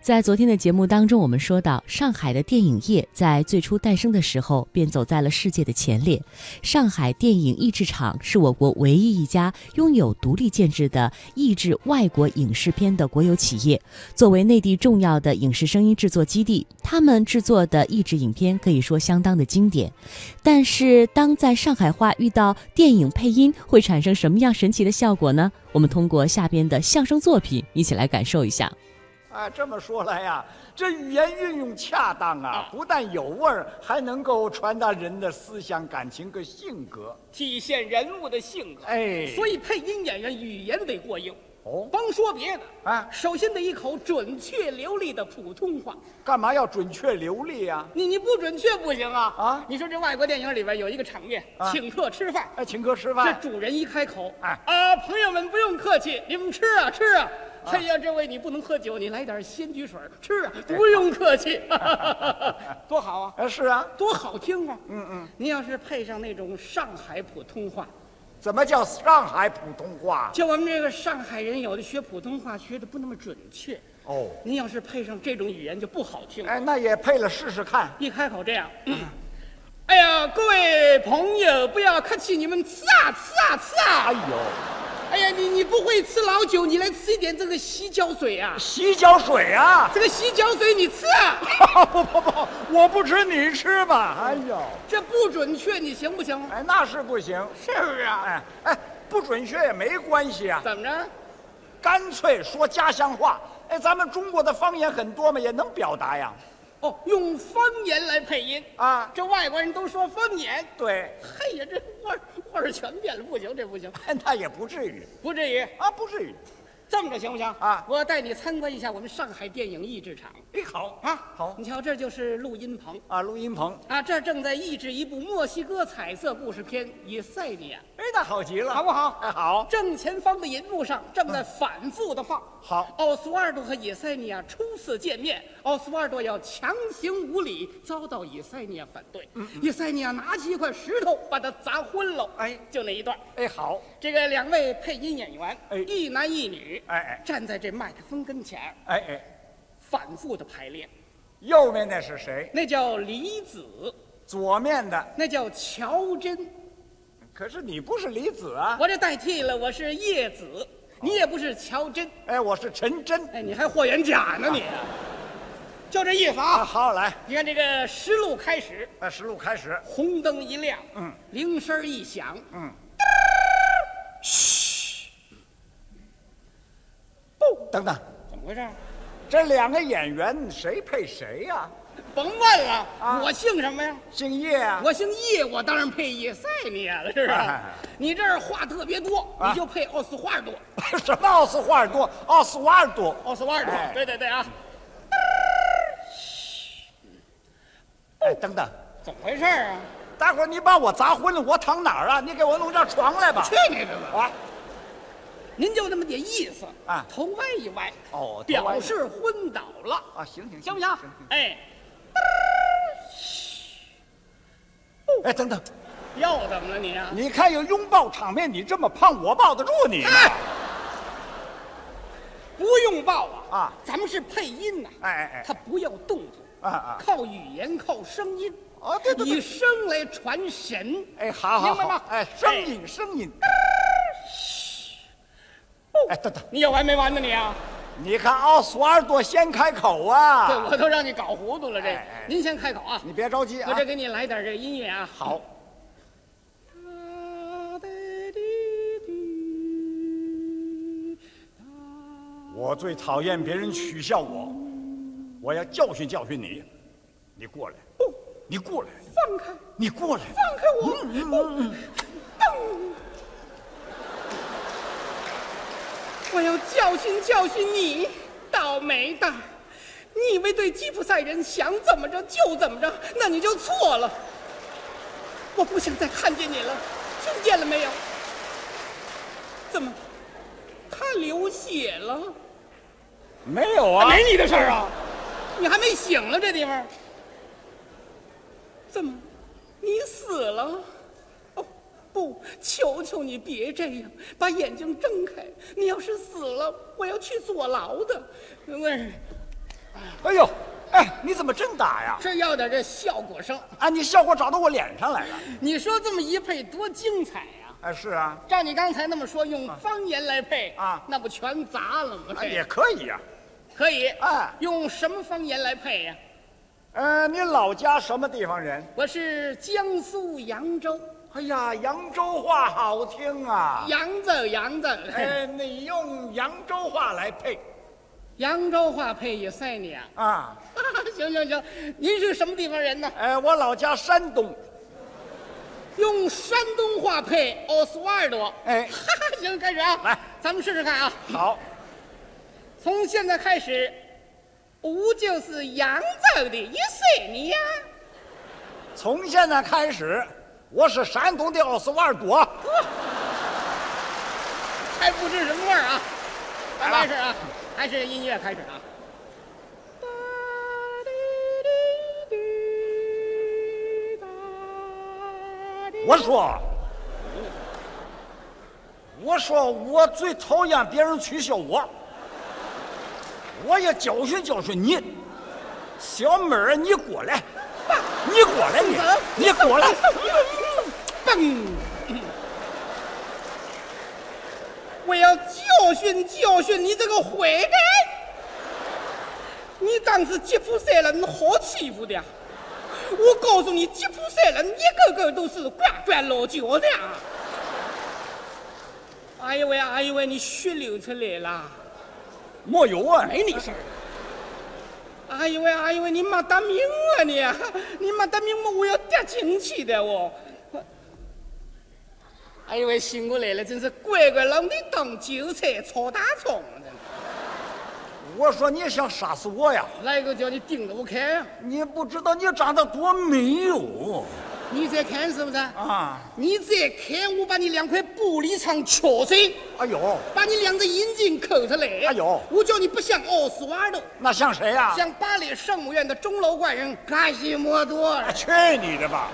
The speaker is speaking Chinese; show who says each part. Speaker 1: 在昨天的节目当中，我们说到，上海的电影业在最初诞生的时候便走在了世界的前列。上海电影译制厂是我国唯一一家拥有独立建制的译制外国影视片的国有企业。作为内地重要的影视声音制作基地，他们制作的译制影片可以说相当的经典。但是，当在上海话遇到电影配音，会产生什么样神奇的效果呢？我们通过下边的相声作品一起来感受一下。
Speaker 2: 啊，这么说来呀、这语言运用恰当
Speaker 3: 哎
Speaker 2: 啊，不但有味儿，还能够传达人的思想、感情跟性格。
Speaker 3: 体现人物的性格。
Speaker 2: 哎
Speaker 3: 所以配音演员语言得过硬。
Speaker 2: 哦
Speaker 3: 甭说别的
Speaker 2: 啊
Speaker 3: 首先得一口准确流利的普通话。
Speaker 2: 干嘛要准确流利呀、
Speaker 3: 你你不准确不行啊！
Speaker 2: 啊
Speaker 3: 你说这外国电影里边有一个场面，
Speaker 2: 啊
Speaker 3: 请客吃饭，
Speaker 2: 哎，请客吃
Speaker 3: 这
Speaker 2: 饭。
Speaker 3: 主人一开口，
Speaker 2: 哎
Speaker 3: 啊，朋友们不用客气，你们吃啊吃啊。哎呀，这位你不能喝酒，你来点鲜橘水儿 吃啊，不用客气， 多好啊，
Speaker 2: 哎，是啊，
Speaker 3: 多好听啊！
Speaker 2: 嗯嗯，
Speaker 3: 您要是配上那种上海普通话，
Speaker 2: 怎么叫上海普通话？
Speaker 3: 就我们这个上海人，有的学普通话学的不那么准确。
Speaker 2: 哦，
Speaker 3: 您要是配上这种语言，就不好听。
Speaker 2: 哎，那也配了试试看。
Speaker 3: 一开口这样，嗯哎呀，各位朋友，不要客气，你们吃啊吃啊吃
Speaker 2: 哎
Speaker 3: 啊！
Speaker 2: 呦，
Speaker 3: 哎呀，你你不会吃老酒，你来吃一点这个洗脚水啊！
Speaker 2: 洗脚水啊！哦
Speaker 3: 这个洗脚水你吃啊，
Speaker 2: 不不不，我不吃你吃吧。哎呦，
Speaker 3: 这不准确，你行不行？
Speaker 2: 哎，那是不行。
Speaker 3: 是不是啊？
Speaker 2: 哎哎，不准确也没关系啊，
Speaker 3: 怎么着？
Speaker 2: 干脆说家乡话。哎，咱们中国的方言很多嘛，也能表达呀。
Speaker 3: 哦，用方言来配音
Speaker 2: 啊
Speaker 3: 这外国人都说方言。
Speaker 2: 对，
Speaker 3: 嘿呀，这味儿味儿全变了，不行，这不行，
Speaker 2: 那也不至于
Speaker 3: 不至于。
Speaker 2: 啊，不至于。
Speaker 3: 这么着行不行
Speaker 2: 啊
Speaker 3: 我带你参观一下我们上海电影译制厂
Speaker 2: 哎，好
Speaker 3: 啊。
Speaker 2: 好
Speaker 3: 你瞧，这就是录音棚
Speaker 2: 啊，录音棚。
Speaker 3: 啊，这儿正在译制一部墨西哥彩色故事片《以赛尼亚
Speaker 2: 哎，那好极了，
Speaker 3: 好不好
Speaker 2: 哎，好》，。
Speaker 3: 正前方的银幕上正在反复的放。
Speaker 2: 好
Speaker 3: 奥斯瓦尔多和以赛尼亚初次见面，奥斯瓦尔多要强行无礼，遭到以赛尼亚反对。
Speaker 2: 嗯
Speaker 3: 以赛尼亚拿起一块石头把他砸昏了。
Speaker 2: 哎
Speaker 3: 就那一段。
Speaker 2: 哎，好。
Speaker 3: 这个两位配音演员，
Speaker 2: 哎
Speaker 3: 一男一女，
Speaker 2: 哎哎
Speaker 3: 站在这麦克风跟前儿
Speaker 2: 哎哎，
Speaker 3: 反复的排练，
Speaker 2: 右面那是谁？
Speaker 3: 那叫李子，
Speaker 2: 左面的。
Speaker 3: 那叫乔真，
Speaker 2: 可是你不是李子啊？
Speaker 3: 我这代替了，我是叶子，你也不是乔真，
Speaker 2: 哎，我是陈真。
Speaker 3: 哎，你还霍元甲呢你，就这意思
Speaker 2: 啊，
Speaker 3: 啊。
Speaker 2: 好来，
Speaker 3: 你看这个实录开始，
Speaker 2: 哎，实录开始。
Speaker 3: 红灯一亮，
Speaker 2: 嗯，
Speaker 3: 铃声一响，
Speaker 2: 嗯，
Speaker 3: 不，
Speaker 2: 哦等等，
Speaker 3: 怎么回事？
Speaker 2: 这两个演员谁配谁呀、
Speaker 3: 甭问了，
Speaker 2: 啊
Speaker 3: 我姓什么呀？
Speaker 2: 姓叶啊？
Speaker 3: 我姓叶，我当然配叶塞尼亚了，是不是
Speaker 2: 哎？
Speaker 3: 你这儿话特别多，
Speaker 2: 啊
Speaker 3: 你就配奥斯华尔多，
Speaker 2: 什么奥斯华尔多？奥斯瓦尔多？
Speaker 3: 奥斯华尔多
Speaker 2: 哎，
Speaker 3: 对对对啊，
Speaker 2: 哎，等等，
Speaker 3: 怎么回事儿啊？
Speaker 2: 大伙儿你把我砸昏了，我躺哪儿啊？你给我弄张床来吧。
Speaker 3: 去你的吧！
Speaker 2: 啊，
Speaker 3: 您就那么点意思
Speaker 2: 啊
Speaker 3: 头歪一歪，
Speaker 2: 哦头歪一
Speaker 3: 表
Speaker 2: 歪
Speaker 3: 示昏倒了，
Speaker 2: 啊，行行
Speaker 3: 行不行？哎，哦
Speaker 2: 哎，等等，
Speaker 3: 又怎么了你啊？
Speaker 2: 你看有拥抱场面，你这么胖，我抱得住 你吗？
Speaker 3: 哎，不用抱啊
Speaker 2: 啊
Speaker 3: 咱们是配音呐、
Speaker 2: 哎哎哎
Speaker 3: 他不要动作
Speaker 2: 啊啊
Speaker 3: 靠语言，靠声音，
Speaker 2: 哦对对对
Speaker 3: 以声来传神。
Speaker 2: 哎，好好
Speaker 3: 明白
Speaker 2: 好
Speaker 3: 吗，
Speaker 2: 哎，声音声音。
Speaker 3: 哦
Speaker 2: 哎，等等，
Speaker 3: 你有完没完呢你啊？
Speaker 2: 你看奥斯瓦尔多先开口啊。
Speaker 3: 这我都让你搞糊涂了这。
Speaker 2: 哎哎
Speaker 3: 您先开口啊，
Speaker 2: 你别着急
Speaker 3: 我
Speaker 2: 啊
Speaker 3: 这。给你来点这音乐啊。
Speaker 2: 好，我最讨厌别人取笑我，我要教训教训你。你过来，
Speaker 3: 不，
Speaker 2: 你过来，
Speaker 3: 放开，
Speaker 2: 你过来。
Speaker 3: 放开我！不动我要教训教训你，倒霉蛋儿！你以为对吉普赛人想怎么着就怎么着，那你就错了。我不想再看见你了，听见了没有？怎么，他流血了？
Speaker 2: 没有啊，
Speaker 3: 没你的事儿啊！你还没醒了，这地方怎么？你死了？哦，不，求求你别这样，把眼睛睁开。你要是死了，我要去坐牢的。嗯
Speaker 2: 哎呦，哎，你怎么真打呀？
Speaker 3: 这要点这效果声。
Speaker 2: 啊，你笑话找到我脸上来了。
Speaker 3: 你说这么一配多精彩呀、
Speaker 2: 哎，是啊，
Speaker 3: 照你刚才那么说，用方言来配
Speaker 2: 啊
Speaker 3: 那不全砸了吗？
Speaker 2: 啊
Speaker 3: 这
Speaker 2: 也可以呀、
Speaker 3: 可以
Speaker 2: 啊
Speaker 3: 用什么方言来配呀、
Speaker 2: 呃，你老家什么地方人？
Speaker 3: 我是江苏扬州，
Speaker 2: 哎呀，扬州话好听啊。
Speaker 3: 扬州扬州，
Speaker 2: 哎，你用扬州话来配
Speaker 3: 扬州话配也赛你啊！
Speaker 2: 啊？
Speaker 3: 行行行，您是什么地方人呢？
Speaker 2: 哎，我老家山东。
Speaker 3: 用山东话配奥斯瓦尔多。
Speaker 2: 哎
Speaker 3: 行，开始啊！
Speaker 2: 来，
Speaker 3: 咱们试试看啊！
Speaker 2: 好，
Speaker 3: 从现在开始，我就是扬州的一岁你呀。
Speaker 2: 从现在开始，我是山东的奥斯瓦尔多。
Speaker 3: 还不知什么味儿啊！
Speaker 2: 来吧
Speaker 3: 开始啊，还是音乐开始啊。
Speaker 2: 我说，我说我最讨厌别人取笑我，我也教训教训你，小妹儿，啊你过来，你过来你，你过来，
Speaker 3: 蹦！ 我要教训教训你这个坏蛋！你当是吉普赛人好欺负的呀！啊我告诉你，吉普赛人一个个都是呱呱老叫的啊！哎呦喂，哎呦喂，你血流出来了！
Speaker 2: 没有啊，
Speaker 3: 没你事儿。哎呦喂，哎呦喂，你没得命啊你！你没得命我，我要掉进去的哦我。哎呦喂，醒过来了，真是乖乖让你当韭菜炒大葱啊真的
Speaker 2: 我说你想杀死我呀？
Speaker 3: 来个叫你盯着我看呀，
Speaker 2: 你不知道你长得多美哟
Speaker 3: 你再看是不是？
Speaker 2: 啊！
Speaker 3: 你再看，我把你两块玻璃窗敲碎，
Speaker 2: 哎呦，
Speaker 3: 把你两只眼睛抠出来。哎
Speaker 2: 呦
Speaker 3: 我叫你不像奥斯瓦尔多，
Speaker 2: 那像谁呀、
Speaker 3: 像巴黎圣母院的钟楼怪人卡西莫多尔。
Speaker 2: 去你的吧！